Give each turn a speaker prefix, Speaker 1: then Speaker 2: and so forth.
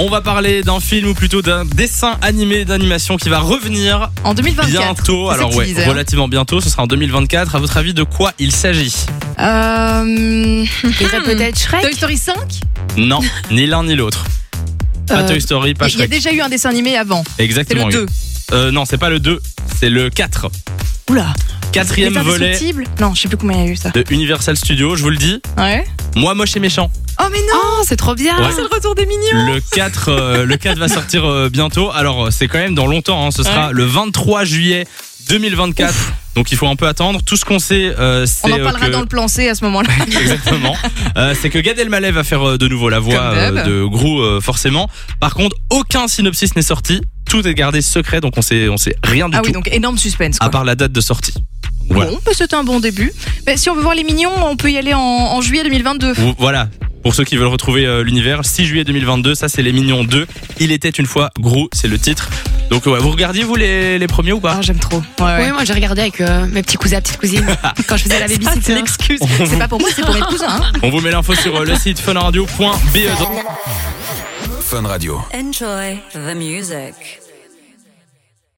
Speaker 1: On va parler d'un film ou plutôt d'un dessin animé d'animation qui va revenir
Speaker 2: En 2024.
Speaker 1: bientôt.
Speaker 2: c'est
Speaker 1: Alors ouais,
Speaker 2: teaser.
Speaker 1: relativement bientôt, ce sera en 2024. À votre avis, de quoi il s'agit
Speaker 2: Euh,
Speaker 3: Et ça peut être Shrek.
Speaker 2: Toy Story 5
Speaker 1: Non, ni l'un ni l'autre. Pas
Speaker 2: Euh,
Speaker 1: Toy Story, pas
Speaker 2: Il y a
Speaker 1: Shrek.
Speaker 2: déjà eu un dessin animé avant. C'est
Speaker 1: Exactement.
Speaker 2: le
Speaker 1: Hugues.
Speaker 2: 2.
Speaker 1: Euh, non, c'est pas le 2, c'est le 4.
Speaker 2: Oula.
Speaker 1: Quatrième
Speaker 2: Les
Speaker 1: volet
Speaker 2: Indestructibles Non, je sais plus combien il y a eu ça.
Speaker 1: de Universal Studios, je vous le dis.
Speaker 2: Ouais.
Speaker 1: Moi, moche et méchant.
Speaker 2: Oh mais non
Speaker 3: Oh, c'est trop bien.
Speaker 1: Ouais.
Speaker 2: C'est le retour des mignons
Speaker 1: Le 4, euh, le 4 va sortir euh, bientôt. Alors, euh, c'est quand même dans longtemps. hein. Ce sera le 23 juillet 2024. Donc, il faut un peu attendre. Tout ce qu'on sait, euh, c'est
Speaker 2: On en
Speaker 1: euh,
Speaker 2: parlera
Speaker 1: que-
Speaker 2: dans le plan C à ce moment-là.
Speaker 1: Exactement. Euh, c'est que Gad Elmaleh va faire euh, de nouveau la voix
Speaker 2: Comme d'hab.
Speaker 1: euh, de Grou euh, forcément. Par contre, aucun synopsis n'est sorti. Tout est gardé secret, donc on sait, on sait rien du
Speaker 2: Ah
Speaker 1: tout,
Speaker 2: oui, donc énorme suspense.
Speaker 1: à
Speaker 2: Quoi.
Speaker 1: part la date de sortie. Voilà.
Speaker 2: Bon, bah, c'était un bon début. Mais si on veut voir les mignons, on peut y aller en, en juillet 2022.
Speaker 1: Vous- Voilà. Pour ceux qui veulent retrouver euh, l'univers, 6 juillet 2022, ça c'est Les Mignons 2. Il était une fois Grou, c'est le titre. Donc ouais, vous regardiez vous les, les premiers ou pas
Speaker 2: Ah, j'aime trop. Ouais, ouais.
Speaker 3: Oui, moi j'ai regardé avec euh, mes petits cousins, petites cousines quand je faisais la
Speaker 2: Ça, c'est
Speaker 3: babysitter.
Speaker 2: l'excuse. C'est pas pour moi, c'est pour mes cousins. hein.
Speaker 1: On vous met l'info sur euh, le site E. funradio.be.
Speaker 4: Fun Radio.
Speaker 5: Enjoy the music.